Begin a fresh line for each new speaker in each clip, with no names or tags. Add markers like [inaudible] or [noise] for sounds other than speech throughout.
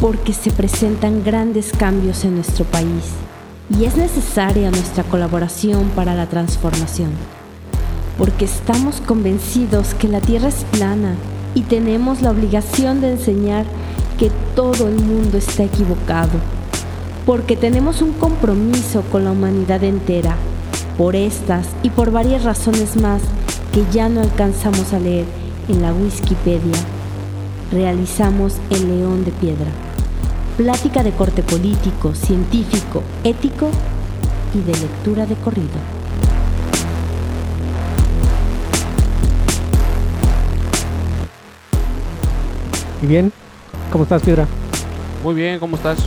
porque se presentan grandes cambios en nuestro país y es necesaria nuestra colaboración para la transformación, porque estamos convencidos que la Tierra es plana y tenemos la obligación de enseñar que todo el mundo está equivocado, porque tenemos un compromiso con la humanidad entera, por estas y por varias razones más que ya no alcanzamos a leer en la Wikipedia. Realizamos El León de Piedra, plática de corte político, científico, ético y de lectura de corrido.
¿Y bien? ¿Cómo estás, Piedra?
Muy bien, ¿cómo estás?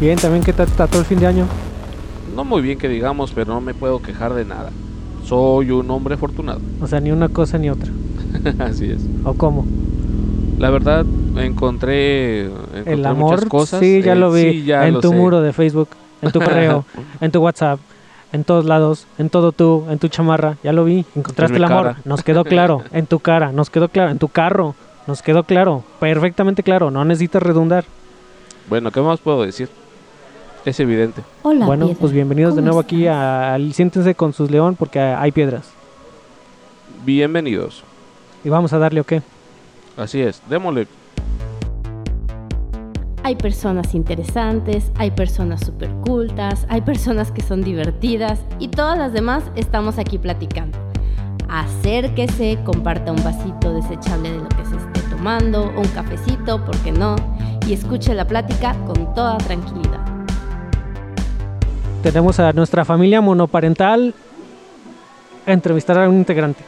Bien, también, ¿qué tal trató el fin de año?
No muy bien que digamos, pero no me puedo quejar de nada. Soy un hombre afortunado. [laughs]
O sea, ni una cosa ni otra.
Así es.
¿O cómo?
La verdad, encontré, encontré
el amor.
muchas cosas.
Sí, ya
Eh,
lo vi.
sí, ya
en
lo
tu
sé.
muro de Facebook, en tu correo,
[laughs]
en tu WhatsApp, en todos lados, en todo tú, en tu chamarra. Ya lo vi. Encontraste
En
el
mi
amor.
cara.
Nos quedó
[laughs]
claro. En tu cara, nos quedó claro. En tu carro, nos quedó claro. Perfectamente claro. No necesitas redundar.
Bueno, ¿qué más puedo decir? Es evidente.
Hola,
bueno,
Piedra.
pues bienvenidos de
¿Cómo
nuevo aquí
estás?
a- al Siéntense con sus león porque ah, hay piedras.
Bienvenidos.
Y vamos a darle, ¿o qué?
Así es, démosle.
Hay personas interesantes, hay personas súper cultas, hay personas que son divertidas y todas las demás estamos aquí platicando. Acérquese, comparta un vasito desechable de lo que se esté tomando, un cafecito, ¿por qué no? Y escuche la plática con toda tranquilidad.
Tenemos a nuestra familia monoparental a entrevistar a un integrante.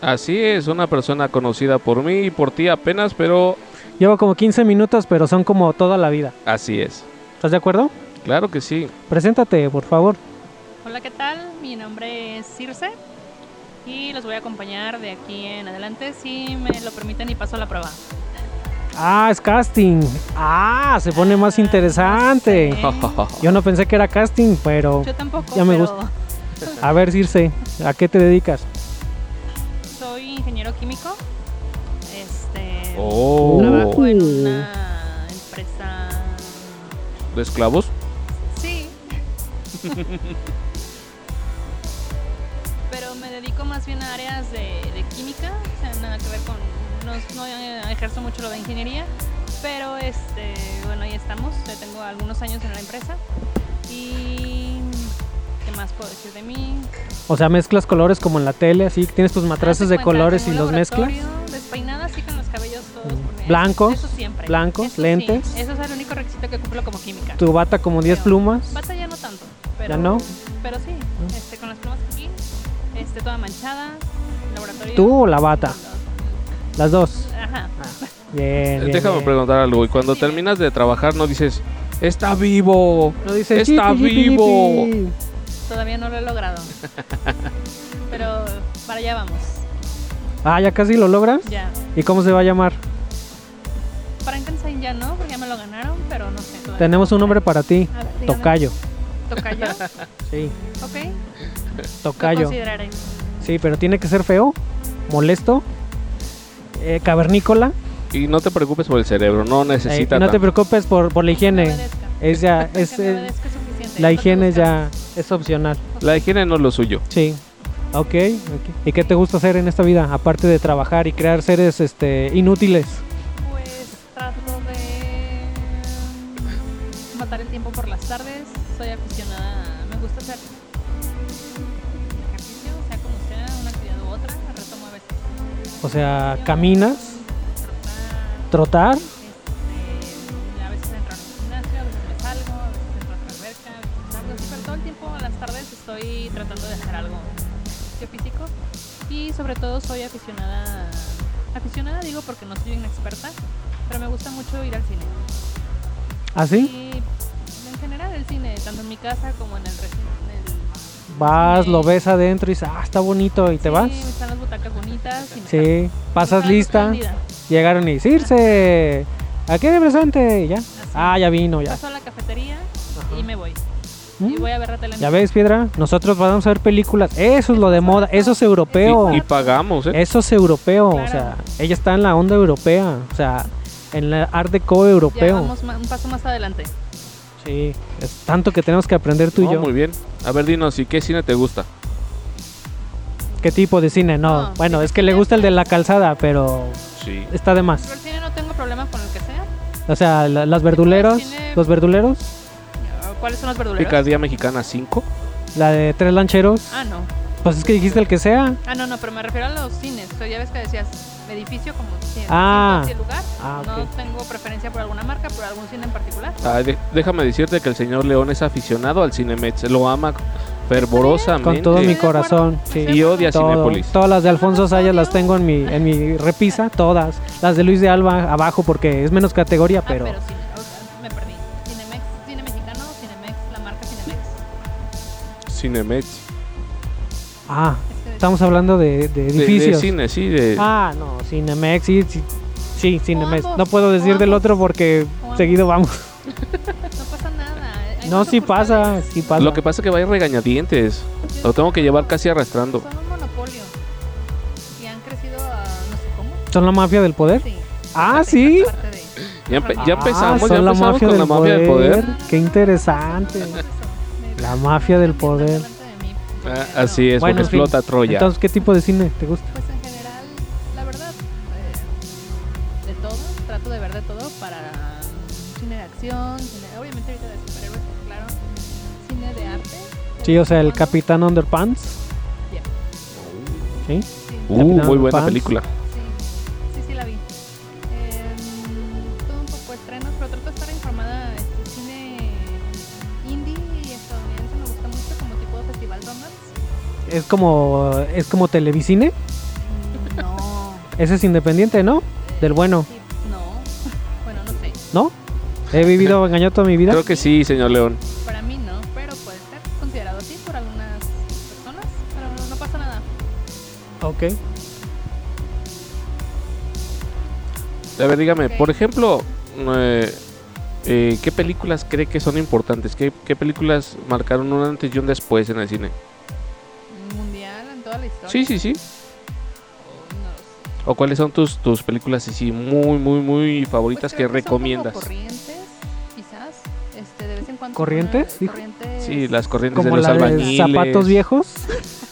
Así es, una persona conocida por mí y por ti apenas, pero
Llevo como 15 minutos, pero son como toda la vida.
así es.
¿Estás de acuerdo?
Claro que sí.
Preséntate, por favor.
Hola, ¿qué tal? Mi nombre es Circe y los voy a acompañar de aquí en adelante si me lo permiten y paso la prueba.
Ah, es casting. Ah, se pone más interesante.
Ah, no
Yo no pensé que era casting, pero
Yo tampoco,
Oh, Ya me
pero
gusta. a ver, Circe, ¿a qué te dedicas?
soy ingeniero químico. Este,
Oh,
Trabajo en una empresa...
¿de esclavos?
[laughs]
Sí. pero me dedico más bien a áreas de, de química, o sea, nada que ver con... No, no, eh, ejerzo mucho lo de ingeniería, pero este, bueno, ahí estamos. Ya tengo algunos años en la empresa. Y... ¿Qué más puedo decir de mí?
O sea, mezclas colores como en la tele, así tienes tus matraces
Hazte
de
cuenta,
colores y
tengo
los
un
mezclas.
laboratorio, Despeinada así con los cabellos todos.
Mm.
por-
Blancos,
Eso siempre.
blancos,
Eso sí,
lentes.
eso es el único requisito que cumplo como química.
Tu bata como 10
Pero-
plumas.
Bata ya no tanto, pero,
¿Ya no?
pero sí, este, con las plumas aquí, este, toda manchada, laboratorio.
¿Tú o la bata? Las dos.
Ajá.
Bien, bien,
Eh, Déjame
bien.
preguntar algo. Y cuando
Sí.
terminas de trabajar, no dices, está vivo.
No dice,
Está
"Yipi, yipi,
vivo".
yipi.
Todavía no lo he
[laughs]
logrado. pero para allá vamos.
Ah, ya casi lo logras.
Ya.
¿Y cómo se va a llamar?
Frankenstein ya no, porque ya me lo ganaron, pero no sé. todavía.
Tenemos un nombre para ti.
A ver, dígame.
Tocayo.
Tocayo.
Sí,
Ok. Lo
tocayo.
consideraré.
Sí, pero tiene que ser feo, molesto, eh, cavernícola.
Y no te preocupes por el cerebro, no
Eh, y
necesita
no te
tanto.
preocupes por, por la
Que me
higiene.
obedezca.
Es ya, es,
Que me
eh,
obedezca es suficiente.
la
Es lo que
higiene
buscamos.
ya es opcional.
La higiene no es lo suyo.
Sí. Ok, ok. ¿Y qué te gusta hacer en esta vida? Aparte de trabajar y crear seres este, inútiles.
Pues trato de matar el tiempo por las tardes. Soy aficionada, me gusta hacer ejercicio, sea como sea, una actividad u otra. Retomo a veces
O sea, Ah, caminas, trotar.
este, a veces entro en el gimnasio, a veces me salgo, a veces entro a la alberca, a veces salgo, así, pero todo el tiempo a las tardes estoy tratando de hacer algo ejercicio físico y sobre todo soy aficionada, aficionada digo porque no soy una experta, pero me gusta mucho ir al cine.
¿Así?
Y en general el cine, tanto en mi casa como en el recinto.
Vas, lo ves adentro y dices, ah, está bonito, y te vas.
Están las butacas bonitas. y me encanta.
Sí, pasas
Estaba
lista.
sorprendida.
Llegaron y dice, irse. Aquí de presente. y Ya. Ah, ya vino, ya.
Paso a la cafetería y me voy. Y
Mm.
voy a ver la tele. en
Ya
mi
ves, Piedra, nosotros vamos a ver películas. Eso es lo de moda, eso es europeo.
Y, y pagamos, ¿eh?
Eso es europeo, o
Claro.
sea, ella está en la onda europea. O sea, en el Art Deco europeo.
Ya vamos ma- un paso más adelante.
Sí, es tanto que tenemos que aprender tú y
No,
yo.
Muy bien. A ver, dinos, ¿y qué cine te gusta?
¿Qué tipo de cine? No,
No,
bueno,
sí,
es que le
sí,
gusta el
sí.
de la calzada, pero
Sí.
está de
Pero
más.
el cine no tengo problema con el que sea.
O sea, la- las verduleros,
cine-
los verduleros,
Ah, ¿Cuáles son los verduleros?
Picardía Mexicana 5.
la de tres lancheros.
Ah, no.
Pues es que dijiste el que sea.
Ah, no, no, pero me refiero a los cines. O sea, ya ves que decías edificio como cine.
Ah.
Cinco, así el lugar.
Ah,
No
ok.
tengo preferencia por alguna marca, por algún cine en particular.
Ah, de- déjame decirte que el señor León es aficionado al Cinemex. Lo ama fervorosamente.
Con todo
Estoy
mi
de acuerdo.
corazón,
Estoy
sí.
de
Y
acuerdo.
odia-
Todo.
Cinépolis.
Todas las de Alfonso Sayas las tengo en mi, en mi repisa, todas. Las de Luis de Alba abajo porque es menos categoría,
Ah,
pero
pero cine, o sea, me perdí. Cinemex, cine mexicano, Cinemex, la marca Cinemex.
Cinemex.
ah,
Es que-
estamos hablando de, de
De- de
edificios.
cine, sí. De,
Ah, no, Cinemex, sí, sí, sí, Cinemex.
ambos,
No puedo
o
decir del
ambos.
otro porque
O ambos.
seguido vamos.
No pasa nada. hay
No,
más
sí pasa,
sucursales.
sí pasa.
Lo que pasa es que va a ir regañadientes. Lo tengo que llevar casi arrastrando.
Son un monopolio. Y han crecido a no sé cómo.
¿Son la mafia del poder?
Sí.
Ah,
Parte-
sí.
parte de-
Ya, empe-
Ah,
ya
Ah,
empezamos, ya
son la
empezamos
mafia,
con
del,
la mafia
poder.
del poder.
Qué interesante. La mafia del poder.
Ah, así es,
Bueno, en
porque
fin.
explota Troya.
Entonces, ¿qué tipo de cine te gusta?
Pues en general, la verdad, eh, de todo, trato de ver de todo para mm, cine de acción, cine- obviamente ahorita de superhéroes, claro, cine de arte. de
Sí, o sea, el
vez en
Capitán Underpants.
Yeah.
Sí.
cuando, sí.
Uh,
Capitán
muy buena
Pants.
película.
Sí, sí, sí la vi. Em, todo un poco estrenos, pero trato de estar informada. Este cine indie y estadounidense me gusta mucho como tipo de festival Donuts.
Es como, es como televisine.
Mm, [laughs] No.
Ese es independiente, ¿no? Del bueno,
Sí, no. Bueno, no sé.
¿no? He vivido
[laughs]
engañado toda mi vida.
Creo que sí, señor León.
Para mí no, pero puede ser considerado así por algunas personas. Pero no, no pasa nada.
Ok.
A ver, dígame,
Ok.
por ejemplo, eh, eh, ¿qué películas cree que son importantes? ¿Qué, qué películas marcaron un antes y un después en el cine?
Mundial en toda la historia.
Sí, sí, sí.
No lo sé.
¿O cuáles son tus, tus películas así muy, muy, muy
Pues
favoritas que
creo son como
recomiendas?
corrientes, quizás. Este, de vez en cuando.
¿Corrientes, dijo?
Corrientes.
Sí, las corrientes
Como
de los
la de
albañiles.
zapatos viejos.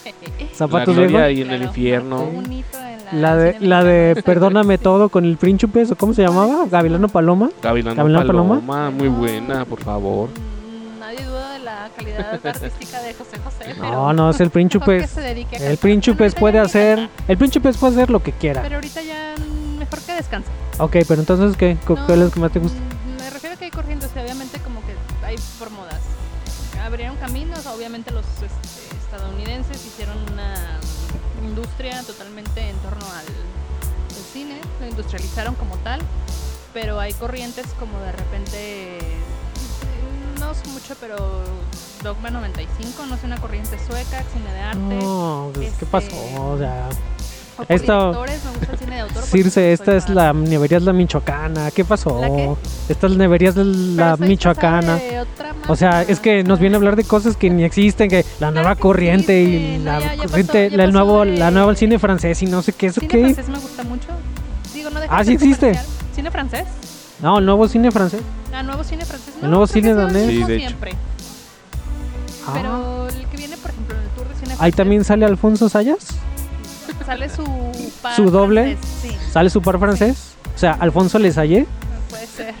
[laughs] La
Zapatos
gloria
viejos.
y en el
Claro, marcó
infierno.
un hito en
La de,
cine
la de
[laughs] mexicano.
Perdóname todo con el príncipe, ¿o ¿cómo se llamaba? Gavilano Paloma.
Gavilán
Gavilán
Paloma.
Paloma.
Muy buena, por favor.
Mm, Nadie duda de la
[laughs]
calidad artística de José José.
No, no, es el príncipe. El príncipe
príncipe
puede hacer. El príncipe puede hacer lo que quiera.
Pero ahorita ya mm, mejor que descanse.
Ok, pero entonces, ¿qué? ¿Cu-
No,
¿Cuál es lo que más te gusta?
mm, Me refiero a que hay corrientes, que obviamente como que hay por modas. Abrieron caminos, obviamente los este, estadounidenses hicieron una industria totalmente en torno al, al cine, lo industrializaron como tal, pero hay corrientes como de repente, no es mucho, pero Dogma 95, no es una corriente sueca, cine de arte.
No, pues, ¿qué
este,
pasó? O sea,
o por
Esta-
directores, me gusta el cine de autor. porque
Circe,
soy
esta es
fan.
la neverías la michoacana. ¿Qué pasó?
¿La qué?
Esta es neverías
Pero
la
soy
michoacana.
fan de otra
O sea, es que nos viene a hablar de cosas que ni existen, que la nueva
que
corriente y
existe. No,
la
ya- ya
corriente,
pasó- ya
la el
pasó
nuevo,
de-
la nueva el cine francés y no sé qué, eso
Cine
qué.
francés me gusta mucho. Digo, no deja
Ah,
de
sí
ser
existe.
comercial. ¿Cine francés?
No, el nuevo cine francés.
Ah, nuevo cine francés. No,
El nuevo
creo que
cine
ha sido el
danés.
mismo
Sí, de hecho.
siempre.
Ah,
Pero el que viene, por ejemplo, en el tour de cine francés.
ahí también sale Alfonso Sayas,
Sale su par
¿Su doble?
francés, Sí,
sale su par francés. O sea, Alfonso Lesayé,
puede ser.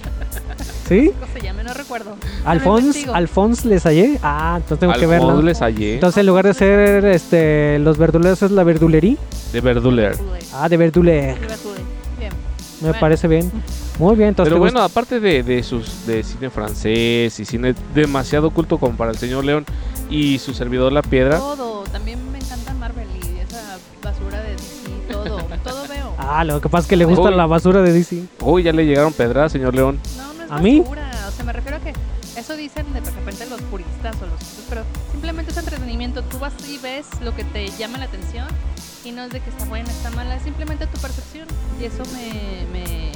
¿sí?
¿Cómo se llama? No recuerdo.
Alfonso,
investigo.
Alfonso Lesayé. Ah, entonces tengo que
Alfonso
verlo.
Les Hallé,
Entonces en lugar de ser este los verduleros es la verdulería.
de Verduler.
Tudé,
Ah, de verduler.
viva Tudé. Bien.
Me
Bueno.
parece bien. Muy bien, entonces
Pero
te
bueno, aparte de, de sus de cine francés y cine demasiado culto como para el señor León y su servidor La
¿Ah?
Piedra,
Todo. También me encanta Marvel y esa basura de DC. Todo. Todo veo.
Ah, lo que pasa es que le gusta
Uy.
la basura de DC.
hoy ya le llegaron pedradas, señor León.
No, no es
¿A mí?
basura. O sea, me refiero a que eso dicen de repente los puristas o los. Pero simplemente es entretenimiento. Tú vas y ves lo que te llama la atención y no es de que está buena, está mala. Es simplemente tu percepción. Y eso me. me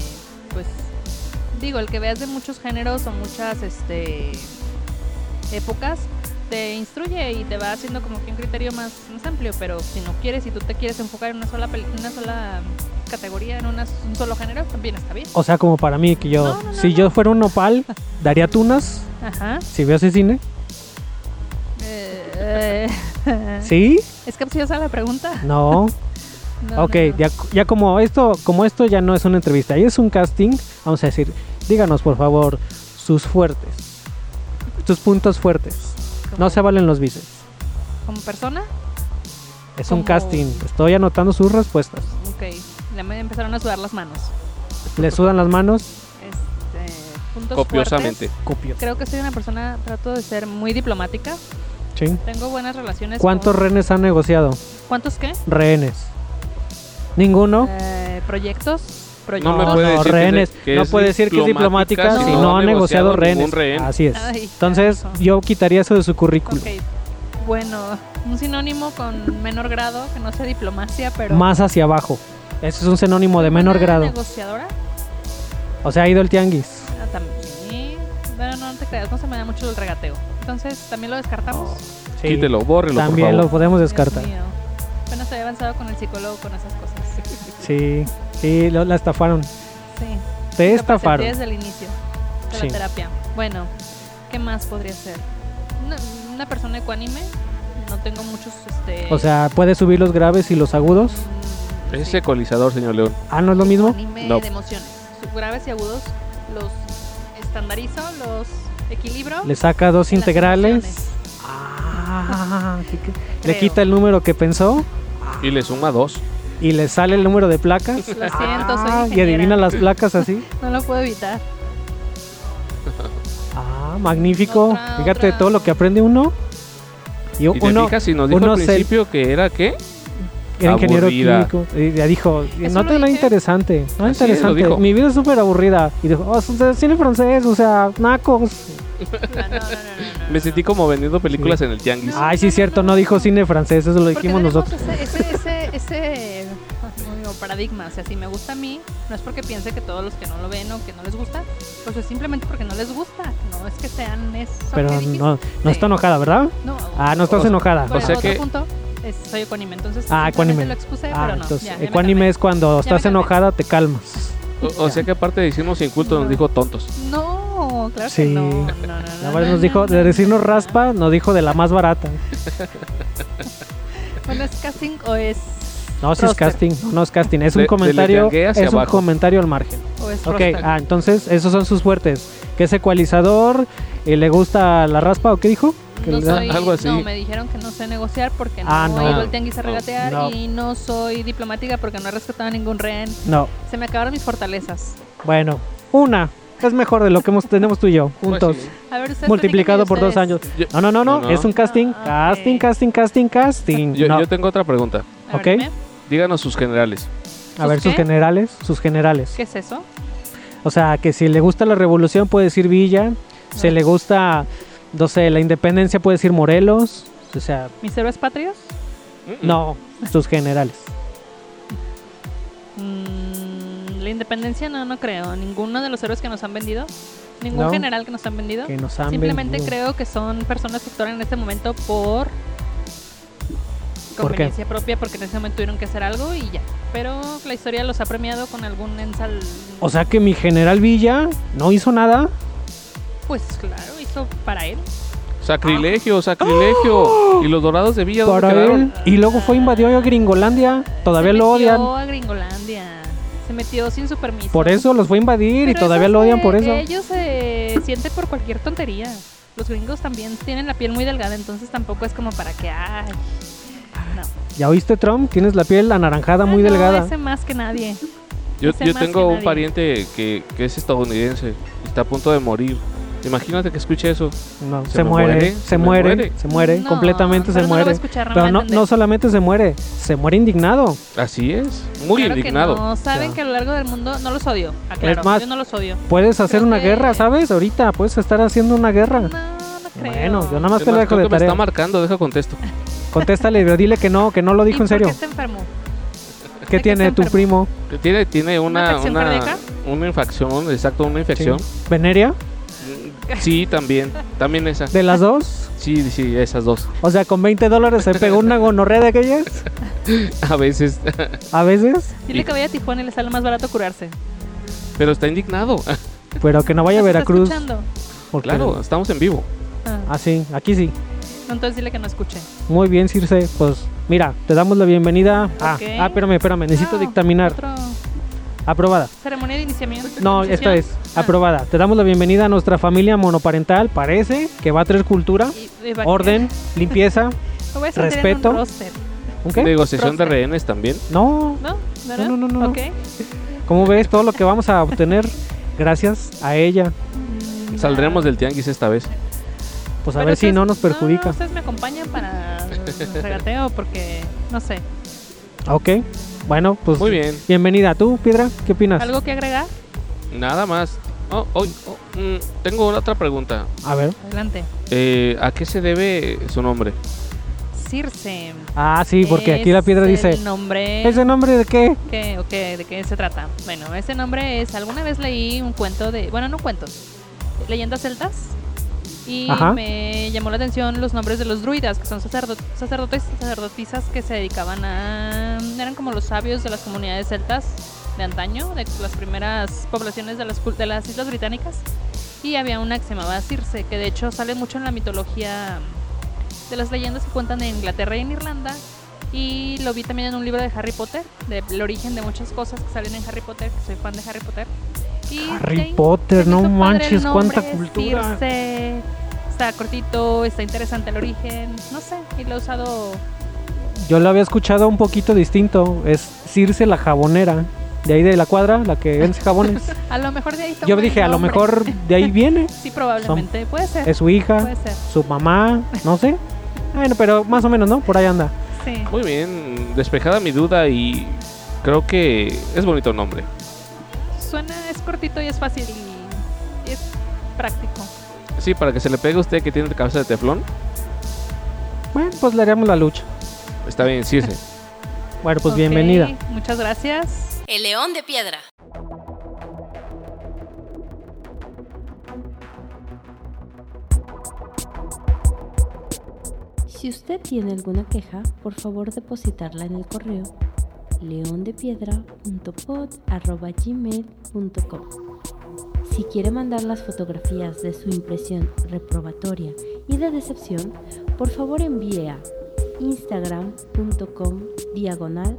pues. Digo, el que veas de muchos géneros o muchas este, épocas te instruye y te va haciendo como que un criterio más, más amplio, pero si no quieres, si tú te quieres enfocar en una sola peli- en una sola categoría, en una- un solo género, también está bien.
O sea, como para mí, que yo,
No, no, no,
si
no.
yo fuera un nopal, daría tunas,
Ajá.
si veo ese cine.
Eh, eh,
¿Sí?
Es capciosa la pregunta.
No.
[laughs] No, no,
ok,
no.
Ya, ya como esto, como esto ya no es una entrevista, y es un casting, vamos a decir, díganos por favor sus fuertes, sus puntos fuertes. No
Como-
se valen los bíceps.
Como persona,
Es un
Como-
casting. Estoy anotando sus respuestas.
ok. Ya me empezaron a sudar las manos. [laughs]
Le sudan las manos
Este, puntos
Copiosamente.
fuertes.
copios.
Creo que soy una persona, trato de ser muy diplomática.
Ching.
Tengo buenas relaciones.
¿Cuántos
con-
rehenes han negociado?
¿Cuántos qué?
Rehenes. Ninguno.
Eh, proyectos.
No
Proyectos.
me puede decir que
rehenes.
es- que
no
es
puede decir que es diplomática si no, ha negociado, rehenes.
ningún rehén.
Así es.
Ay,
Entonces,
carajo.
yo quitaría eso de su currículum.
Ok. Bueno, un sinónimo con menor grado, que no sea diplomacia, pero.
Más hacia abajo. Eso es un sinónimo de menor
¿Una
grado.
negociadora?
O sea, ha ido el tianguis.
Ah, también. Bueno, no te creas, no se me da mucho el regateo. Entonces, ¿también lo descartamos?
Sí.
Quítelo, bórrelo,
También
por
lo
favor.
podemos
Dios
descartar.
mío. Bueno, estoy avanzado con el psicólogo con esas cosas.
Sí,
Sí.
sí, lo- la estafaron. Te
Lo
estafaron.
presenté Desde el inicio de
Sí.
la terapia. Bueno, ¿qué más podría ser? Una, una persona ecuánime. No tengo muchos. Este,
O sea, puede subir los graves y los agudos.
mm,
Es
sí.
ecualizador, señor León.
Ah, no es lo mismo.
anime
No.
de emociones. Sus Graves y agudos los estandarizo, los equilibro.
Le saca dos
en las
integrales.
emociones.
Ah, ¿qué-
[laughs]
qué? le
Creo.
quita el número que pensó
Y le suma dos.
y le sale el número de placas.
Lo siento, soy
Ah, y
ingeniera.
adivina las placas así.
No lo
[laughs]
puedo evitar.
Ah, magnífico.
Otra,
Fíjate
otra.
todo lo que aprende uno. Y
Y te
uno
fijas, si nos dijo
uno
al
se-
principio que era qué.
era ingeniero
aburrida.
químico. Y ya dijo, no
lo
te lo
dije.
interesante. No
Así es, lo
interesante.
dijo.
Mi vida es súper aburrida. Y dijo, oh, so- cine francés, o sea, nacos.
No, no, no, no, no, no,
Me sentí como vendiendo películas en el tianguis.
No.
Ay, sí, es cierto, no dijo cine francés, eso lo
Porque
dijimos
tenemos
nosotros.
Ese, ese, ese, ese ¿cómo digo? paradigma, o sea, si me gusta a mí, no es porque piense que todos los que no lo ven o que no les gusta, pues es simplemente porque no les gusta. No es que sean eso.
Pero
que
no,
dijiste.
no está enojada, ¿verdad?
No,
Ah, no estás
O-
enojada.
bueno,
o sea
otro
que-
punto es, soy ecuánime, entonces
Ah,
simplemente
ecuánime.
lo expuse,
Ah,
pero no.
entonces,
ya, ya me
ecuánime
calmé.
es cuando
me
estás
calmé.
enojada, te calmas.
O, o sea que aparte de decirnos inculto, nos dijo tontos.
No, claro
Sí.
que no. no, no, no,
La verdad nos
no, no,
dijo,
no,
de decirnos
no.
raspa, nos dijo de la más barata.
Bueno, ¿es casting o es
No, si es
Roster.
casting, no, no es casting, es
De-
un
del
comentario,
yangue
es
hacia
un
abajo.
comentario al margen.
o es
Ok,
roster?
ah, entonces esos son sus fuertes, que es ecualizador, y le gusta la raspa, ¿o qué dijo? Que
No
le da-
soy-
algo así.
No, me dijeron que no sé negociar porque
Ah,
no,
no.
he ido al tianguis a regatear
No.
y no soy diplomática porque no he rescatado a ningún rehén.
No,
Se me acabaron mis fortalezas.
bueno, una, es mejor de lo que hemos, tenemos tú y yo, juntos,
Pues sí.
A ver, ustedes
multiplicado por
platiquen
dos
de
años. No,
Yo-
no, no, no,
No,
es un casting,
Ah, ok.
casting, casting, casting, casting.
Yo,
No,
yo tengo otra pregunta.
ustedes. A ver,
Ok.
dime,
Díganos sus generales.
a ver,
¿sus
sus
qué?
generales, sus generales.
¿Qué es eso?
O sea, que si le gusta la revolución puede decir Villa, si
Ah.
le gusta, no sé, la independencia puede decir Morelos, o sea,
¿Mis héroes patrios?
no, sus generales.
Mm, la independencia no, no creo. Ninguno de los héroes que nos han vendido. Ningún
No.
general que nos han vendido.
Que nos han
Simplemente
vendido.
creo que son personas que actúan en este momento por
qué?
conveniencia propia, porque en ese momento tuvieron que hacer algo y ya. Pero la historia los ha premiado con algún ensal.
O sea que mi general Villa no hizo nada.
pues claro, hizo para él.
Ah.
Sacrilegio,
¡Oh!
sacrilegio. ¿Y los dorados de Villa dónde
Para
quedaron?
él. Y luego fue invadió a Gringolandia. Todavía
Se
lo
metió
odian.
a Gringolandia. Se metió sin su permiso.
Por eso los fue a invadir y
Pero
todavía
eso
lo odian
se-
por eso.
Ellos se sienten por cualquier tontería. Los gringos también tienen la piel muy delgada, entonces tampoco es como para que. Ay, no.
¿Ya oíste, Trump? Tienes la piel anaranjada, muy
Ah, no,
delgada.
ese más que nadie.
Yo,
Ese
yo
más
tengo
que
un
nadie.
pariente que, que es estadounidense y está a punto de morir. Imagínate que escuche eso.
No, se,
me
muere,
muere,
se
se me
muere,
muere.
se muere,
No,
completamente se
pero no lo va a
muere.
escuchar, no va
pero
a
no,
entender.
no solamente se muere, se muere indignado.
Así es. Muy
Claro que
indignado.
no, saben
Ya.
que a lo largo del mundo no los odio. Aclaro,
Es más,
yo no los odio.
Puedes hacer
Creo
una
que-
guerra, ¿sabes? Ahorita puedes estar haciendo una
[laughs] No,
guerra.
no creo.
Bueno, yo nada más
Es
te lo
más,
dejo de
creo que me está
tarea.
marcando, deja contesto.
Contéstale, pero dile que no, que no lo
¿Y
dijo en
por
serio.
qué se enfermó?
¿Qué
está
tiene tu
enfermo?
primo?
Tiene, tiene
¿Una
una,
afección
una,
cardíaca?
una infección, exacto, una infección.
¿Veneria?
Mm, Sí, también. También esa.
¿De las dos?
Sí, sí, esas dos. [laughs]
O sea, con 20 dólares se pegó una gonorrea de aquellas.
A veces.
A veces.
Dile que vaya a Tijuana y le sale más barato curarse.
Pero está indignado.
Pero que no vaya a
¿Nos está
Veracruz.
escuchando?
Porque...
Claro, estamos en vivo.
Ah,
Ah, sí, aquí sí.
entonces dile que no escuche.
Muy bien, Circe. Pues mira, te damos la bienvenida. Ah,
Ok.
ah, espérame, espérame. Necesito
Ah,
dictaminar.
otro-
Aprobada.
Ceremonia de iniciamiento.
No, esta
iniciación.
es.
Ah,
Aprobada. Te damos la bienvenida a nuestra familia monoparental. Parece que va a traer cultura,
y- y va-
orden, [laughs] limpieza.
Me voy a sentir en un
respeto.
roster,
¿Un qué?
Negociación de
Profe.
rehenes también.
No.
¿No? ¿Verdad?
No, no, no, no.
Ok.
¿Cómo ves todo lo que vamos a obtener gracias a ella?
Mm,
Saldremos del tianguis esta vez.
Pues a
Pero
ver si
ustedes-
no nos perjudica.
ustedes me acompañan para el regateo porque,
[laughs]
no sé,
Ok. Bueno, pues
Muy bien.
bienvenida. ¿Tú, Piedra? ¿Qué opinas?
¿algo que agregar?
Nada más. Oh, oh, oh, mm, tengo una otra pregunta.
A ver.
Adelante.
Eh, ¿A qué se debe su nombre?
Circe.
Ah, sí, porque aquí la
Es
piedra dice...
El nombre
¿Ese nombre de qué?
¿Qué, o qué- ¿De qué se trata? Bueno, ese nombre es. Alguna vez leí un cuento de. Bueno, no cuentos. Leyendas celtas. Y
Ajá.
me llamó la atención los nombres de los druidas, que son sacerdo- sacerdotes y sacerdotisas que se dedicaban a. Eran como los sabios de las comunidades celtas de antaño, de las primeras poblaciones de las, cul- de las islas británicas. Y había una que se llamaba Circe, que de hecho sale mucho en la mitología de las leyendas que cuentan en Inglaterra y en Irlanda. Y lo vi también en un libro de Harry Potter, del origen de muchas cosas que salen en Harry Potter, que soy fan de Harry Potter. Y de
Harry
ahí
Potter,
se me
no
hizo padre el
manches,
nombre,
cuánta cultura.
Circe. Está cortito, está interesante el origen, no sé, y lo he usado
Yo lo había escuchado un poquito distinto. Es Circe la jabonera. De ahí de la cuadra, la que
[laughs]
vende jabones.
a lo mejor de ahí toma
Yo
el
dije, a lo
nombre.
mejor de ahí viene.
Sí, probablemente, puede ser,
Es su hija,
puede ser,
su mamá, no sé. Bueno, pero más o menos, ¿no? Por ahí anda.
sí.
Muy bien, despejada mi duda y creo que es bonito nombre.
Suena, es cortito y es fácil y, y es práctico.
Sí, para que se le pegue a usted que tiene cabeza de teflón,
Bueno, pues le haremos la lucha.
está bien, Circe.
[laughs]
Bueno, pues
Ok,
bienvenida.
Muchas gracias.
El león de piedra. Si usted tiene alguna queja, por favor depositarla en el correo leondepiedra.pod.gmail.com Si quiere mandar las fotografías de su impresión reprobatoria y de decepción, por favor envíe a instagram.com diagonal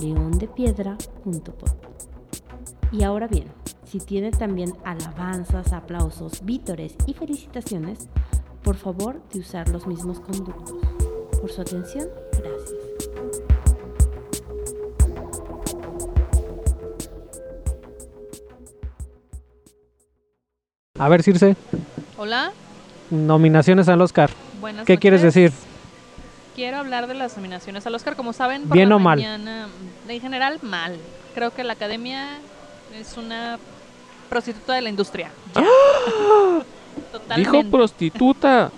leondepiedra.pod. Y ahora bien, si tiene también alabanzas, aplausos, vítores y felicitaciones, por favor de usar los mismos conductos. Por su atención, gracias.
A ver, Circe,
Hola,
nominaciones al Oscar.
buenas
¿Qué quieres
noches.
decir?
Quiero hablar de las nominaciones al Oscar. Como saben,
¿Bien
la
o mal?
mañana- en general, mal. Creo que la academia es una prostituta de la industria. Ya.
¡Ah!
Totalmente.
Dijo prostituta.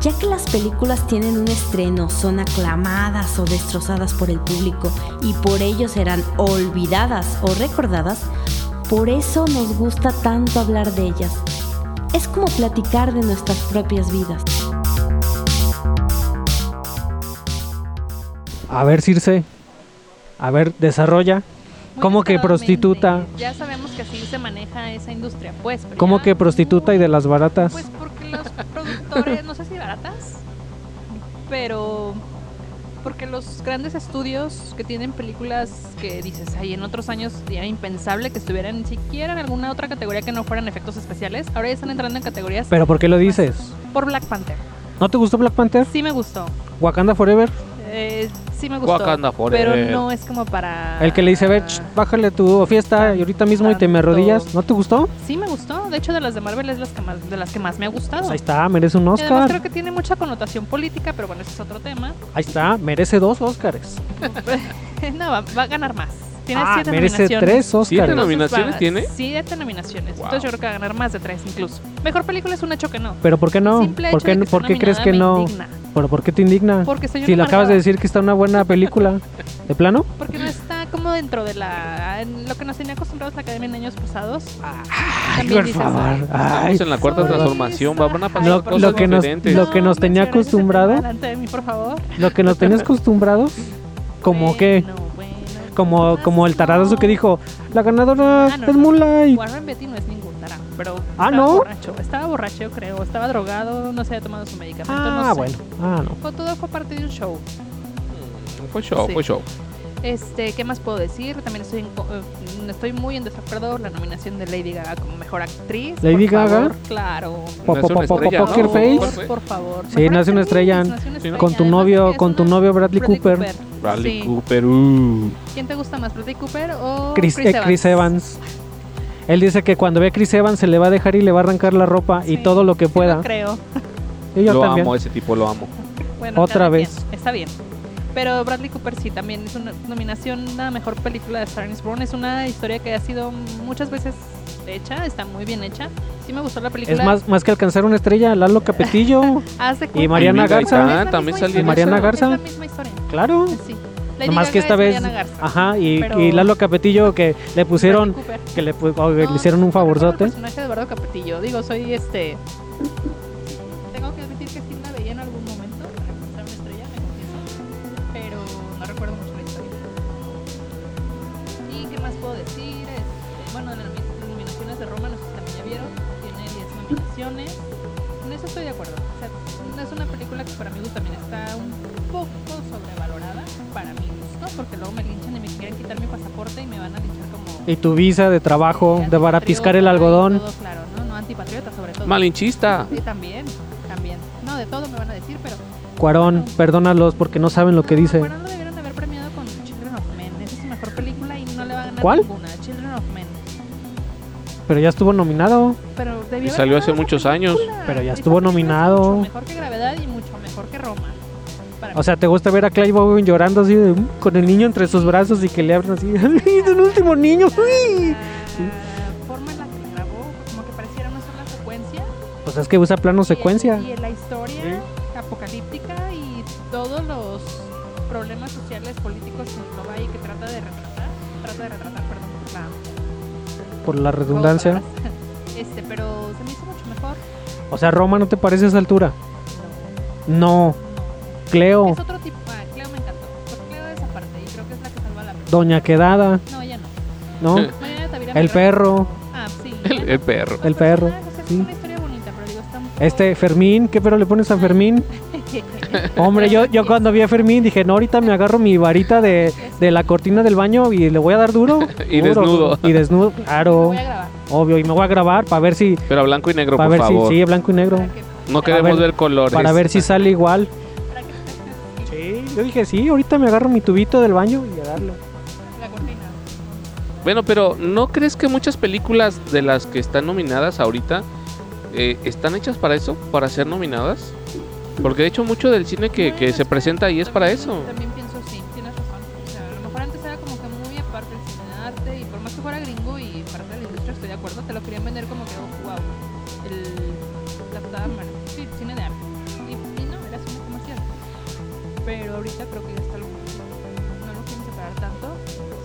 Ya que las películas tienen un estreno, son aclamadas o destrozadas por el público y por ello serán olvidadas o recordadas, por eso nos gusta tanto hablar de ellas. Es como platicar de nuestras propias vidas.
A ver, Circe. A ver, desarrolla.
Muy
¿Cómo que
descaradamente.
prostituta?
Ya sabemos que así se maneja esa industria, pues. pero
¿Cómo
ya-
que prostituta y de las baratas?
Pues porque los productores, no sé si baratas, pero porque los grandes estudios que tienen películas que dices, ahí en otros años era impensable que estuvieran ni siquiera en alguna otra categoría que no fueran efectos especiales, ahora ya están entrando en categorías
¿Pero por qué lo
pues,
dices?
por Black Panther.
¿No te gustó Black Panther?
Sí me gustó,
¿Wakanda Forever?
eh, sí me gustó,
Wakanda forever.
pero no es como para...
El que le dice, a ver, ch, bájale tu fiesta y ahorita mismo y te me arrodillas. ¿No te gustó?
Sí me gustó, de hecho de las de Marvel es las que más, de las que más me ha gustado.
Pues ahí está, merece un
Y Además
Oscar.
creo que tiene mucha connotación política, pero bueno, ese es otro tema.
Ahí está, merece dos Oscars.
[laughs] no, va, va a ganar más. Tiene
Ah,
siete
merece
nominaciones.
tres
Siete
Oscars.
nomi-
Entonces,
¿Nominaciones
va-
tiene?
Siete nominaciones.
Wow.
Entonces yo creo que va a ganar más de tres incluso. Mejor película es un hecho que no.
¿Pero por qué no?
Simple
¿Por
hecho de
qué,
que
no-
esté
por qué crees
nominada
que
me
no?
indigna.
¿Pero por qué te indigna?
Porque soy
Si le
una
acabas
amargada.
de decir que está una buena película. ¿De plano?
Porque no está como dentro de la. en lo que nos tenía acostumbrados la academia en años pasados.
Ay,
También
por
dices,
favor. Ay,
Estamos en la cuarta
Soy
transformación,
esa-
van a pasar
Lo-
cosas
lo que nos-
diferentes.
lo que nos
no
tenía
menciones ese tema
acostumbrado.
Delante de mí, por favor.
Lo que nos tenías acostumbrados, como que,
Bueno, bueno,
como,
más
como el taradazo
no.
que dijo, la ganadora
Ah, no,
del
no.
Moonlight.
Warren Betty no es ningún tarado, pero
Ah,
estaba
¿no?
borracho. Estaba borracho, yo creo. Estaba drogado, no se había tomado su medicamento.
Ah,
no sé.
bueno, ah, no.
Fue- todo fue parte de un show.
Fue show,
Sí.
fue show.
Este, ¿qué más puedo decir? También estoy, en co- eh, estoy muy en desacuerdo con la nominación de Lady Gaga como mejor actriz. por
¿Lady Gaga?
favor, claro.
Po-
Nació
po-
una
po- po-
estrella,
Poker
¿no?
Face.
¿Cuál fue?
Por favor.
Sí,
Mejor
nace una
actriz,
estrella.
nació una
Sí, ¿no?
estrella.
Con tu
Además
novio,
que es
con tu
una-
novio Bradley, Cooper,
Bradley
Sí.
Cooper, uh.
¿Quién te gusta más, Bradley Cooper o
Chris, eh, Chris Evans. Él dice que cuando ve a Chris Evans se le va a dejar y le va a arrancar la ropa y
Sí,
todo lo que
Sí, lo
pueda.
creo.
Y yo
Lo
también.
amo, ese tipo lo amo.
Bueno,
Otra
cada
vez.
quien, Está bien. Pero Bradley Cooper sí, también es una nominación a mejor película de Star is Born. Es una historia que ha sido muchas veces hecha, está muy bien hecha. Sí me gustó la película.
Es más, más que alcanzar una estrella, Lalo
[laughs]
Capetillo.
Haz de cuenta-
Y Mariana
Es la misma
Garza.
historia.
También salió
en Mariana
Es
Garza.
la misma historia.
claro.
Sí. Lady
Nomás
Gaga
que esta
es
vez.
Mariana Garza.
Ajá, y,
Pero-
y Lalo Capetillo que le pusieron.
Bradley Cooper.
Que le, pu- o que le
No,
hicieron un
no recuerdo El
favorzote.
personaje de Eduardo Capetillo. Digo, soy este. Tengo que admitir que sí la veía en algún momento. Para alcanzar una estrella, me confieso. Pero no recuerdo mucho la historia. ¿Y qué más puedo decir? Este, bueno, las nomi- nominaciones de Roma, no sé si también ya vieron. Tiene 10 nominaciones. En eso estoy de acuerdo. O sea, no es una película que para mi gusto también está un poco sobrevalorada. Para mi gusto, porque luego me linchan y me quieren quitar mi pasaporte y me van a linchar como.
Y tu visa de trabajo, de para piscar el
Antipatriota
algodón.
y todo, claro, ¿no? No, antipatriota sobre todo.
Malinchista.
Sí, también, también. No, de todo me van a decir, pero...
Cuarón, perdónalos porque no saben lo que
No,
dice.
Bueno, lo debieron haber premiado con Children of Men. Esa es su mejor película y no le va a ganar
¿Cuál?
ninguna. Children of Men.
Pero ya estuvo nominado.
Pero
Y
debió haber
salió hace
ganado esa
muchos años.
película.
Pero ya
Esa
estuvo
película es
nominado.
Mucho mejor que Gravedad y mucho mejor que Roma. Para
O
mí.
sea, ¿te gusta ver a Clive Owen llorando así de- mm, con el niño entre sus brazos y que le abren así? [laughs] ¡Ay, es el último niño! ¡Uy!
La forma en la que grabó, como que pareciera una sola secuencia.
Pues es que usa plano
Y el-
secuencia.
Y, la historia apocalíptica y todos los problemas sociales, políticos que engloba y que trata de retratar. Trata de retratar, perdón, por la
Por la redundancia.
por las- Este, pero se me hizo mucho mejor.
O sea, Roma no te parece a esa altura. No,
No, no.
Cleo,
Es otro tipo. Ah, Cleo me encantó. Porque Cleo es aparte y creo que es la que salva la película.
Doña Quedada,
No, ella no.
¿no?
Mariana Tavira
El
Negra-
perro.
Ah, sí. Ah, pues
El, el perro.
el perro,
Es
sí.
una historia bonita, pero digo, está un poco-
Este, Fermín, ¿qué pero le pones a Fermín? Hombre, yo, yo
[laughs]
cuando vi a Fermín dije, no, ahorita me agarro mi varita de, de la cortina del baño y le voy a dar duro.
[laughs] Y
Duro,
desnudo.
Y desnudo,
Lo
claro,
voy a grabar.
obvio. Y me voy a grabar para ver si,
Pero a blanco y negro,
para
por
ver si,
favor.
sí, blanco y negro.
Para que,
No
Para
queremos
ver-
ver colores.
Para ver si sale igual.
para que
Sí, yo dije, sí, ahorita me agarro mi tubito del baño y a darle.
la cortina.
Bueno, pero ¿no crees que muchas películas de las que están nominadas ahorita eh, están hechas para eso? ¿Para ser nominadas? Porque de hecho mucho del cine que, que
Bueno,
se
sí,
presenta ahí es para
también-
eso.
También pienso, sí, tienes razón. O sea, a lo mejor antes era como que muy aparte el cine de arte y por más que fuera gringo y parte de la industria, estoy de acuerdo, te lo querían vender como que, wow, el, la putada madre. Sí, cine de arte. Y, y no, era cine comercial. Pero ahorita creo que ya está algo. No lo quieren separar tanto.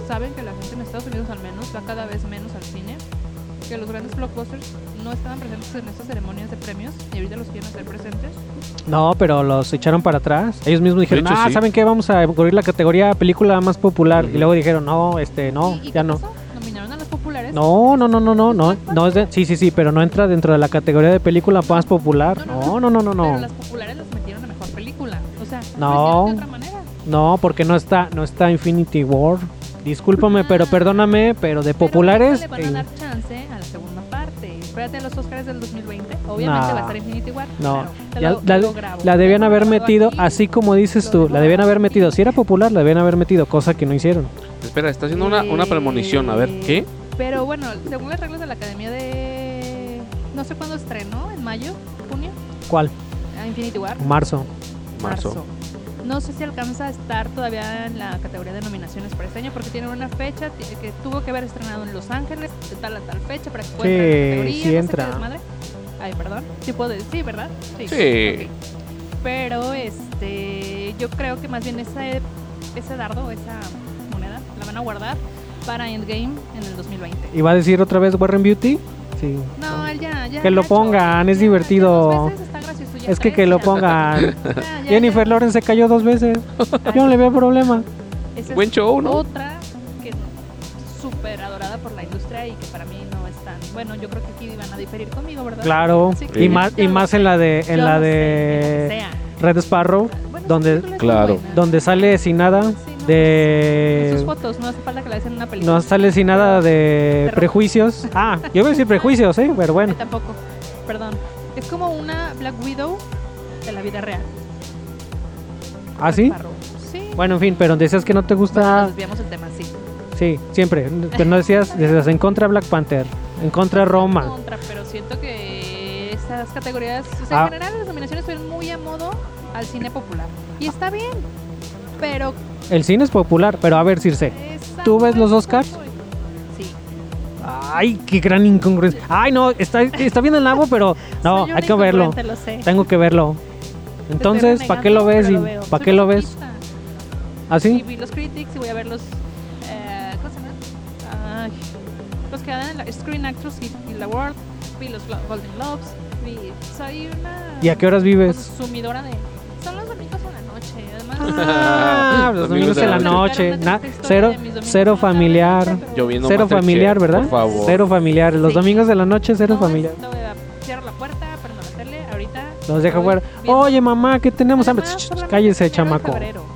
Saben que la gente en Estados Unidos al menos va cada vez menos al cine. Que los grandes blockbusters no estaban presentes en estas ceremonias de premios y ahorita los quieren hacer presentes.
No, pero los echaron para atrás. Ellos mismos dijeron,
hecho,
ah,
sí.
¿saben qué? Vamos a cubrir la categoría película más popular.
Ujú.
Y luego dijeron, no, este, no,
¿Y- y
ya
qué
no.
pasó? Nominaron a los populares.
No, no, no, no, no, no, no es de- sí, sí, sí, pero no entra dentro de la categoría de película más popular. No, no, no, no,
Pero
no,
las populares las metieron a mejor película. O sea,
No.
no. de otra manera.
no, porque no está, no está Infinity War. Discúlpame, pero perdóname, pero de populares, eh.
Pero ahorita le van a dar chance a la segunda parte. Espérate a los Oscars del 2020. Obviamente
No.
va a estar Infinity War.
No.
Claro, te
Ya
lo-
la,
lo grabo.
la debían
Te lo
haber
grabo
metido,
aquí.
así como dices
lo
tú,
dejo
la debían haber
aquí.
metido. Si era popular, la debían haber metido, cosa que no hicieron.
Espera, está haciendo una, una
Eh,
premonición. A ver, ¿qué?
Pero bueno, según las reglas de la Academia de... No sé cuándo estrenó, en mayo, junio,
¿Cuál?
a Infinity War.
Marzo.
Marzo.
No sé si alcanza a estar todavía en la categoría de nominaciones para este año porque tienen una fecha ti- que tuvo que haber estrenado en Los Ángeles de tal a tal fecha para que pueda
Sí,
entrar en la categoría.
sí
no sé
entra.
qué desmadre. Ay, perdón. Sí puedo decir, sí, ¿verdad?
Sí.
ok. e, Pero este, yo creo que más bien ese, ese dardo, esa moneda, la van a van a guardar para Endgame en el 2020.
¿Y va a decir otra vez Warren Beauty? Sí.
No, él ya, ya.
Oh. Que lo
ya,
pongan,
ya,
es
ya,
divertido.
ya dos veces está gracioso, ya
Es que
tres,
que lo
ya-
pongan.
[laughs] ya, ya, ya.
Jennifer Lawrence se cayó dos
[laughs]
veces. Yo no le veo problema.
Esa es
Buen show, ¿no?
Otra que es súper adorada por la industria y que para mí no es tan. Bueno, yo creo que aquí van a diferir conmigo, ¿verdad?
Claro.
Sí,
Y más, y
yo-
más en la de,
yo
en la
no sé,
de
en la que sea.
Red Sparrow,
Bueno, esa
donde-
película es muy
Claro.
buena.
donde sale sin nada
Sí, no, Sus
de.
fotos, no hace falta que la en una película.
No sale sin nada de
Terror.
prejuicios. Ah, yo iba a decir prejuicios, ¿eh? Pero
Ay,
bueno.
Tampoco, perdón. Es como una Black Widow de la vida real.
¿Ah, sí?
Sparrow. Sí.
Bueno, en fin, pero decías que no te
Nos
gusta.
desviamos el tema, sí.
Sí, siempre. Pero no decías, decías en contra Black Panther, en contra Roma.
Contra, pero siento que estas categorías, o sea,
Ah.
en general las nominaciones fueron muy a modo al cine popular. Y está bien, pero...
El cine es popular, pero a ver, Circe.
esa
¿Tú
no
ves
es
los
la
Oscars?
soy. Sí.
Ay, qué gran incongruencia. Ay, no, está, está bien el nabo, pero no,
Soy una
hay que verlo.
incongruente, lo sé.
Tengo que verlo.
Te
Entonces,
estoy
¿para qué lo ves?
renegando, pero
y-
lo veo.
¿Para
Soy
qué lo ves? ¿Ah,
masoquista. Y
¿Así?
vi los critics y voy a ver los... eh, ¿Cómo se llama? Ay, los que dan en la Screen Actors y, y la World. Vi los Glo- Golden Globes. Vi, soy una...
¿Y a qué horas vives?
Consumidora de... Son los domingos en la noche. Además...
Ah, los domingos en la noche. na- cero, cero familiar.
Yo viendo
Cero
Masterchef,
familiar, ¿verdad?
Por favor.
Cero familiar. Los
Sí.
domingos de la noche, cero
No,
familiar.
esto, eh, Cierro la puerta, prendo la tele, ahorita.
Los deja
voy
fuera.
viendo.
Oye, mamá, ¿qué tenemos hambre?
Además,
Ch, ch,
solamente
Cállese,
enero y
chamaco.
febrero.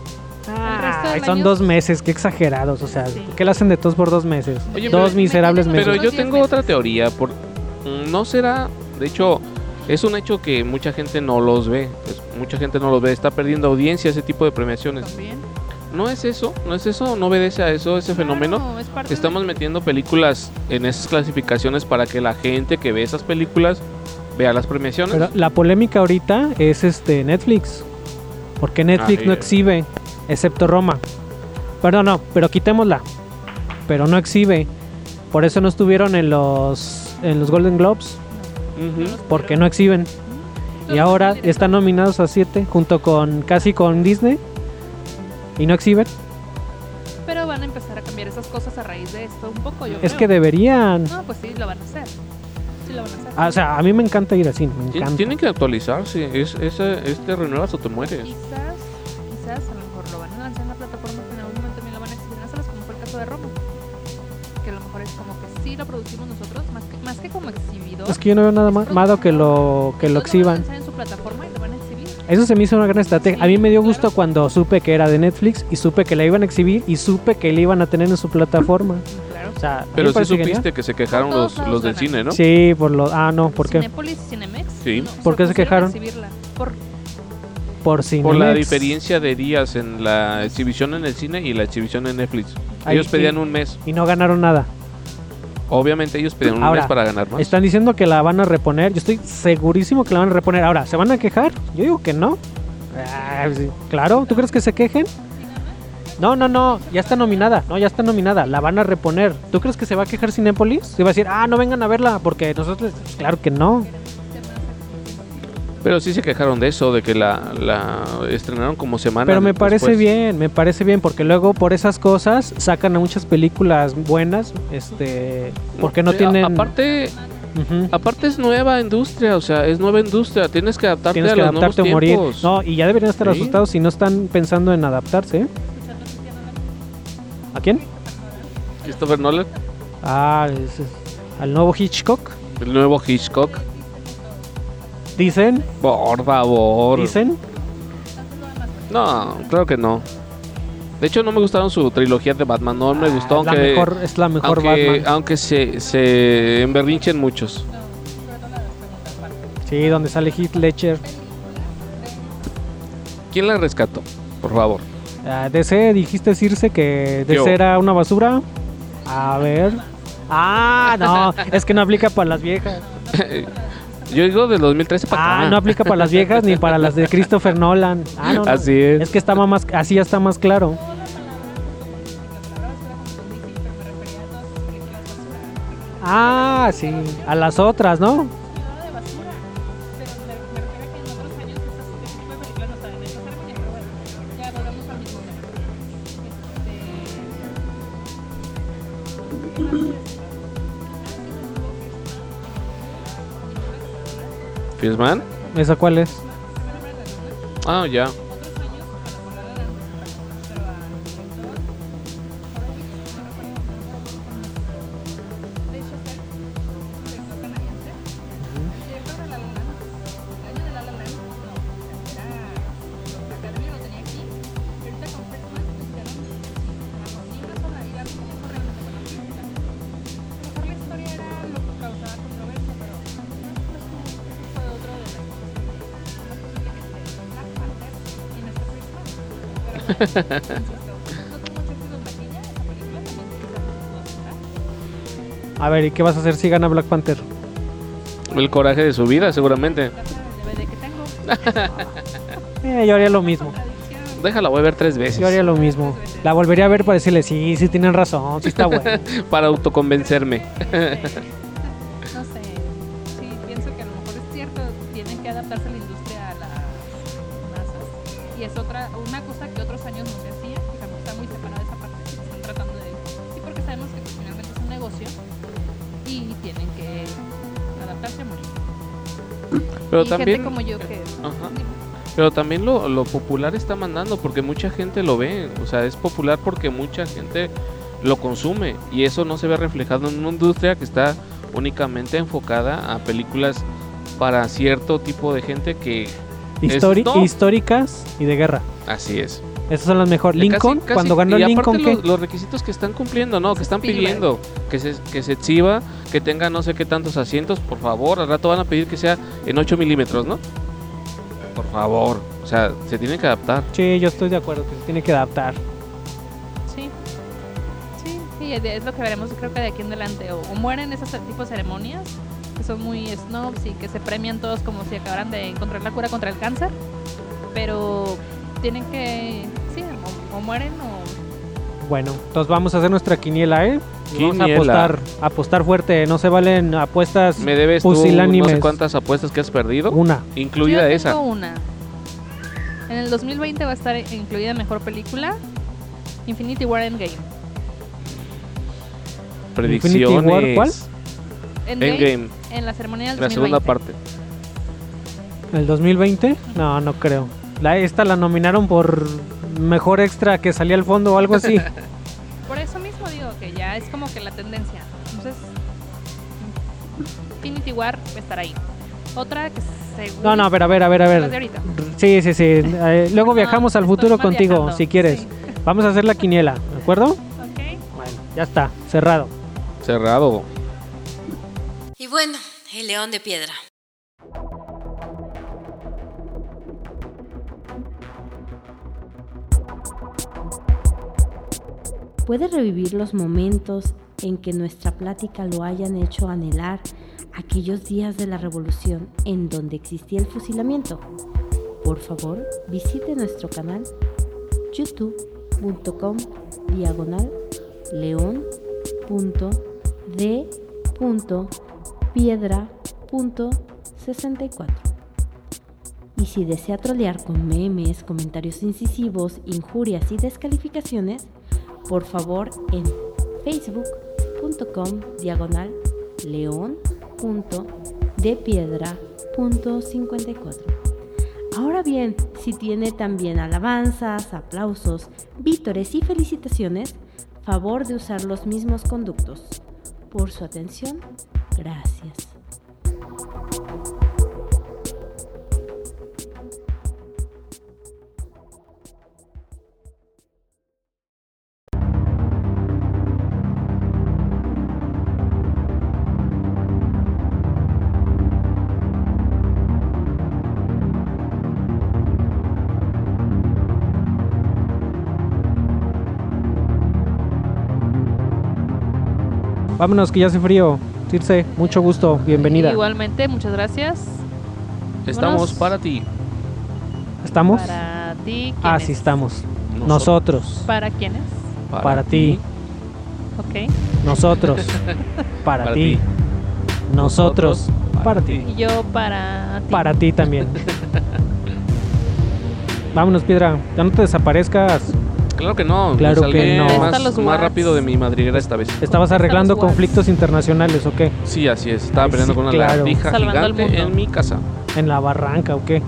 resto
Ay,
del
Ah, son
año- pues,
dos meses, qué exagerados. O sea,
Sí.
¿qué le hacen de todos por dos meses?
Oye,
dos
pero-
miserables
pero-
meses.
Pero
Los
yo
diez
tengo
meses.
otra teoría. Por, mm, no será, de hecho, es un hecho que mucha gente no los ve. pues, mucha gente no los ve. Está perdiendo audiencia ese tipo de premiaciones.
También.
No es eso, no es eso, no obedece a eso, ese fenómeno.
Claro, es parte
Estamos
de-
metiendo películas en esas clasificaciones para que la gente que ve esas películas vea las premiaciones.
Pero la polémica ahorita es este Netflix. Porque Netflix
Ah, sí.
no exhibe, excepto Roma. Pero no, pero quitémosla. Pero no exhibe. Por eso no estuvieron en los en los Golden Globes,
Ujú.
porque no exhiben. Y
Entonces,
ahora
el director-
están nominados a siete, junto con casi con Disney. Y no exhiben.
Pero van a empezar a cambiar esas cosas a raíz de esto un poco, yo
Es
creo.
que deberían.
No, pues sí, lo van a hacer. Sí, lo van a hacer.
Ah, o sea, a mí me encanta ir así, me
Tien-
encanta.
Tienen que actualizarse. Es, ese- este renuevas o te mueres.
Quizás, quizás a lo mejor lo van a lanzar en la plataforma, pero en algún momento también lo van a exhibir en las salas, como fue el caso de Romo. Que a lo mejor es como que sí lo producimos nosotros, más que, más que como exhibidor.
Es que yo no veo nada ma- malo que lo que lo
Entonces van a
exhiban.
lanzar en su plataforma y lo van a exhibir.
Eso se me hizo una gran estrategia. A mí me dio
Sí,
gusto
claro.
cuando supe que era de Netflix y supe que la iban a exhibir y supe que la iban a tener en su plataforma.
Claro.
O sea, a mí
Pero
me
sí
parece
supiste
genial.
que se quejaron
Todos
los,
lados
los del
ganan.
cine, ¿no?
Sí, por lo ah no, ¿por qué?
Cinépolis y Cinemex.
Sí.
¿Por qué se
opusieron a
quejaron?
exhibirla. Por
Por cine.
Por la diferencia de días en la exhibición en el cine y la exhibición en Netflix.
Ahí
ellos
sí.
pedían un mes.
Y no ganaron nada.
Obviamente ellos pedían un
Ahora,
mes para ganar más.
Están diciendo que la van a reponer. Yo estoy segurísimo que la van a reponer. Ahora, ¿se van a quejar? Yo digo que no. Ah, sí, claro, ¿tú crees que se quejen? No, no, no, ya está nominada. No, ya está nominada. La van a reponer. ¿Tú crees que se va a quejar Cinépolis? Se va a decir, ah, no vengan a verla porque nosotros. Pues, Claro que no.
Pero sí se quejaron de eso, de que la, la estrenaron como semana.
Pero me
después.
parece bien, me parece bien, porque luego por esas cosas sacan a muchas películas buenas, este, porque no
Sí, a-
tienen.
Aparte,
Ujú.
aparte es nueva industria, o sea, es nueva industria. Tienes que adaptarte
tienes
a
que
los
adaptarte o
nuevos
morir.
tiempos.
No, y ya deberían estar
Sí.
asustados si no están pensando en adaptarse. ¿eh? ¿A quién?
Christopher Nolan,
Ah, es- es- al nuevo Hitchcock.
el nuevo Hitchcock.
Dicen,
Por favor.
dicen.
No, claro que no. De hecho, no me gustaron su trilogía de Batman. No me gustó,
Ah, la
aunque.
mejor, es la mejor
aunque,
Batman.
aunque se, se emberrinchen muchos.
Sí, donde sale Heath Ledger.
¿Quién la rescató? Por favor.
Ah, DC, dijiste Circe que
Yo.
DC era una basura. A ver. Ah, no, es que no aplica para las viejas.
Yo digo del 2013 para
Ah,
acá.
no aplica para las viejas ni para las de Christopher Nolan. Ah, no, no.
Así es.
Es que está más, así ya está más claro. Ah, sí, a las otras, ¿no?
este Este,
¿Fiesman?
¿Esa cuál es?
Ah, ya.
este [laughs]
A ver, ¿y qué vas a hacer si gana Black Panther?
El coraje de su vida, seguramente. [laughs]
Eh, yo haría lo mismo.
Déjala, voy a ver tres veces.
Yo haría lo mismo. La volvería a ver para decirle, sí, sí tienen razón, sí está
[laughs]
bueno.
Para autoconvencerme.
Este, No sé, sí, pienso que a lo mejor es cierto, tienen que adaptarse la industria a las masas. Y es otra, una cosa que otros años no se hacía, que tampoco está muy separada esa parte, que están tratando de... Sí, porque sabemos que pues, finalmente es un negocio y tienen que adaptarse a morir.
Pero
y
también, Ah.
gente como yo que...
Ajá. pero también lo, lo popular está mandando porque mucha gente lo ve. O sea, es popular porque mucha gente lo consume. Y eso no se ve reflejado en una industria que está únicamente enfocada a películas para cierto tipo de gente que
Histori-
Esto-
Históricas y de guerra.
así es.
Esas son las mejores.
Ya casi-
Lincoln,
casi-
cuando ganó
y aparte
Lincoln, ¿qué?
los, los requisitos que están cumpliendo, ¿no? Que están
Spielberg.
pidiendo. Que se, que se exhiba, que tenga no sé qué tantos asientos, por favor. Al rato van a pedir que sea en 8 milímetros, ¿no? Por favor. O sea, se tiene que adaptar.
Sí, yo estoy de acuerdo que se tiene que adaptar.
Sí. Sí, sí, es de- es lo que veremos creo que de aquí en adelante. O, o mueren esos tipos de ceremonias, que son muy snobs y que se premian todos como si acabaran de encontrar la cura contra el cáncer. Pero tienen que... Sí, o, o mueren o...
Bueno, entonces vamos a hacer nuestra quiniela, ¿eh? Y Vamos
Quiniela.
a apostar, apostar fuerte. No se valen apuestas
Me debes tú no
Pusilánimes.
sé cuántas apuestas que has perdido,
una.
Yo
incluida
tengo
esa.
una. En el 2020 va a estar incluida mejor película, Infinity War Endgame.
Infinity War,
Predicciones.
¿cuál?
Endgame,
Endgame,
en la ceremonia del
la segunda
2020.
parte.
¿El 2020? No, no creo. La, esta la nominaron por mejor extra que salía al fondo o algo
[laughs]
así.
Por eso mismo digo que ya es como que la tendencia. Entonces, Infinity War va a estar ahí. Otra que seguro.
No, no, a ver, a ver, a ver, a
las de
ver.
ahorita.
Sí,
[laughs]
sí, sí. Eh, luego
No,
viajamos al
estoy
futuro
mal
contigo,
viajando.
si quieres.
Sí. [laughs]
Vamos a hacer la quiniela, ¿de acuerdo?
Ok.
Bueno, ya está, cerrado.
Cerrado.
Y bueno, el león de piedra. Puede revivir los momentos en que nuestra plática lo hayan hecho anhelar aquellos días de la revolución en donde existía el fusilamiento. Por favor, visite nuestro canal youtube.com diagonal león punto d punto piedra punto 64. Y si desea trolear con memes, comentarios incisivos, injurias y descalificaciones, por favor en facebook.com diagonal león punto de piedra punto 54. Ahora bien, si tiene también alabanzas, aplausos, vítores y felicitaciones, favor de usar los mismos conductos. Por su atención, gracias.
Vámonos, que ya hace frío. Circe, mucho gusto, bienvenida.
Igualmente, muchas gracias.
Estamos
Vámonos.
para ti.
¿Estamos?
Para ti. ¿quién
Ah,
es?
sí, estamos. Nosotros,
¿Para quiénes?
Para,
para ti.
Ok.
nosotros, [laughs] para
Para
ti.
ti.
Nosotros, para ti.
Y yo para ti.
Para ti también. Vámonos, piedra. Ya no te desaparezcas.
Claro que no. me
Claro
salgué
que no.
Hasta
Más,
los
más
Whats.
rápido de mi madriguera esta vez.
Estabas arreglando
Estamos
conflictos internacionales o qué?
Sí, así es. Estaba
Ay,
peleando
sí,
con una
claro.
lagartija
Salvando al
gigante
mundo.
en mi casa.
¿En la barranca o qué?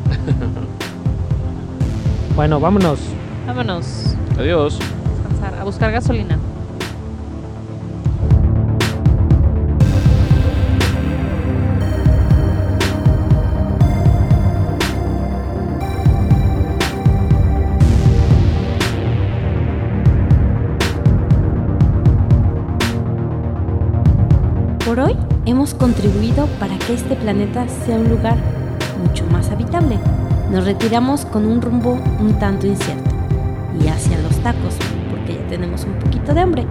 bueno, vámonos.
Vámonos
Adiós.
a descansar, a buscar gasolina.
Por hoy hemos contribuido para que este planeta sea un lugar mucho más habitable. Nos retiramos con un rumbo un tanto incierto y hacia los tacos, porque ya tenemos un poquito de hambre.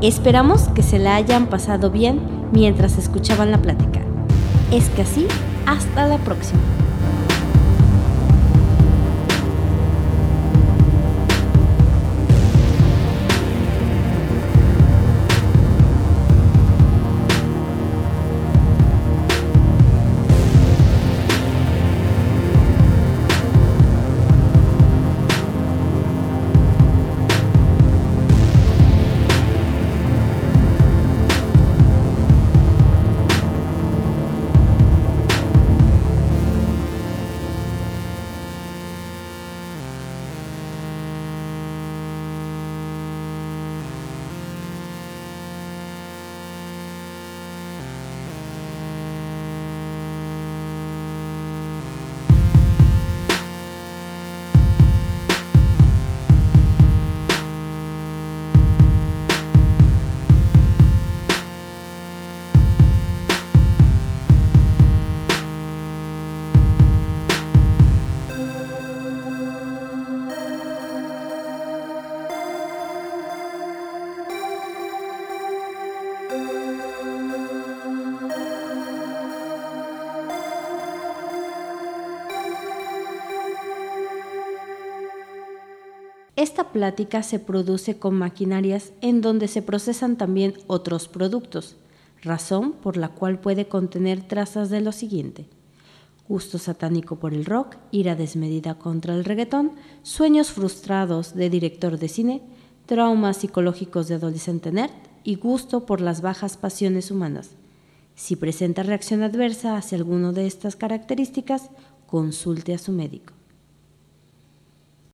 Esperamos que se la hayan pasado bien mientras escuchaban la plática. Es que así, hasta la próxima. Esta plática se produce con maquinarias en donde se procesan también otros productos, razón por la cual puede contener trazas de lo siguiente. Gusto satánico por el rock, ira desmedida contra el reggaetón, sueños frustrados de director de cine, traumas psicológicos de adolescente nerd y gusto por las bajas pasiones humanas. Si presenta reacción adversa hacia alguno de estas características, consulte a su médico.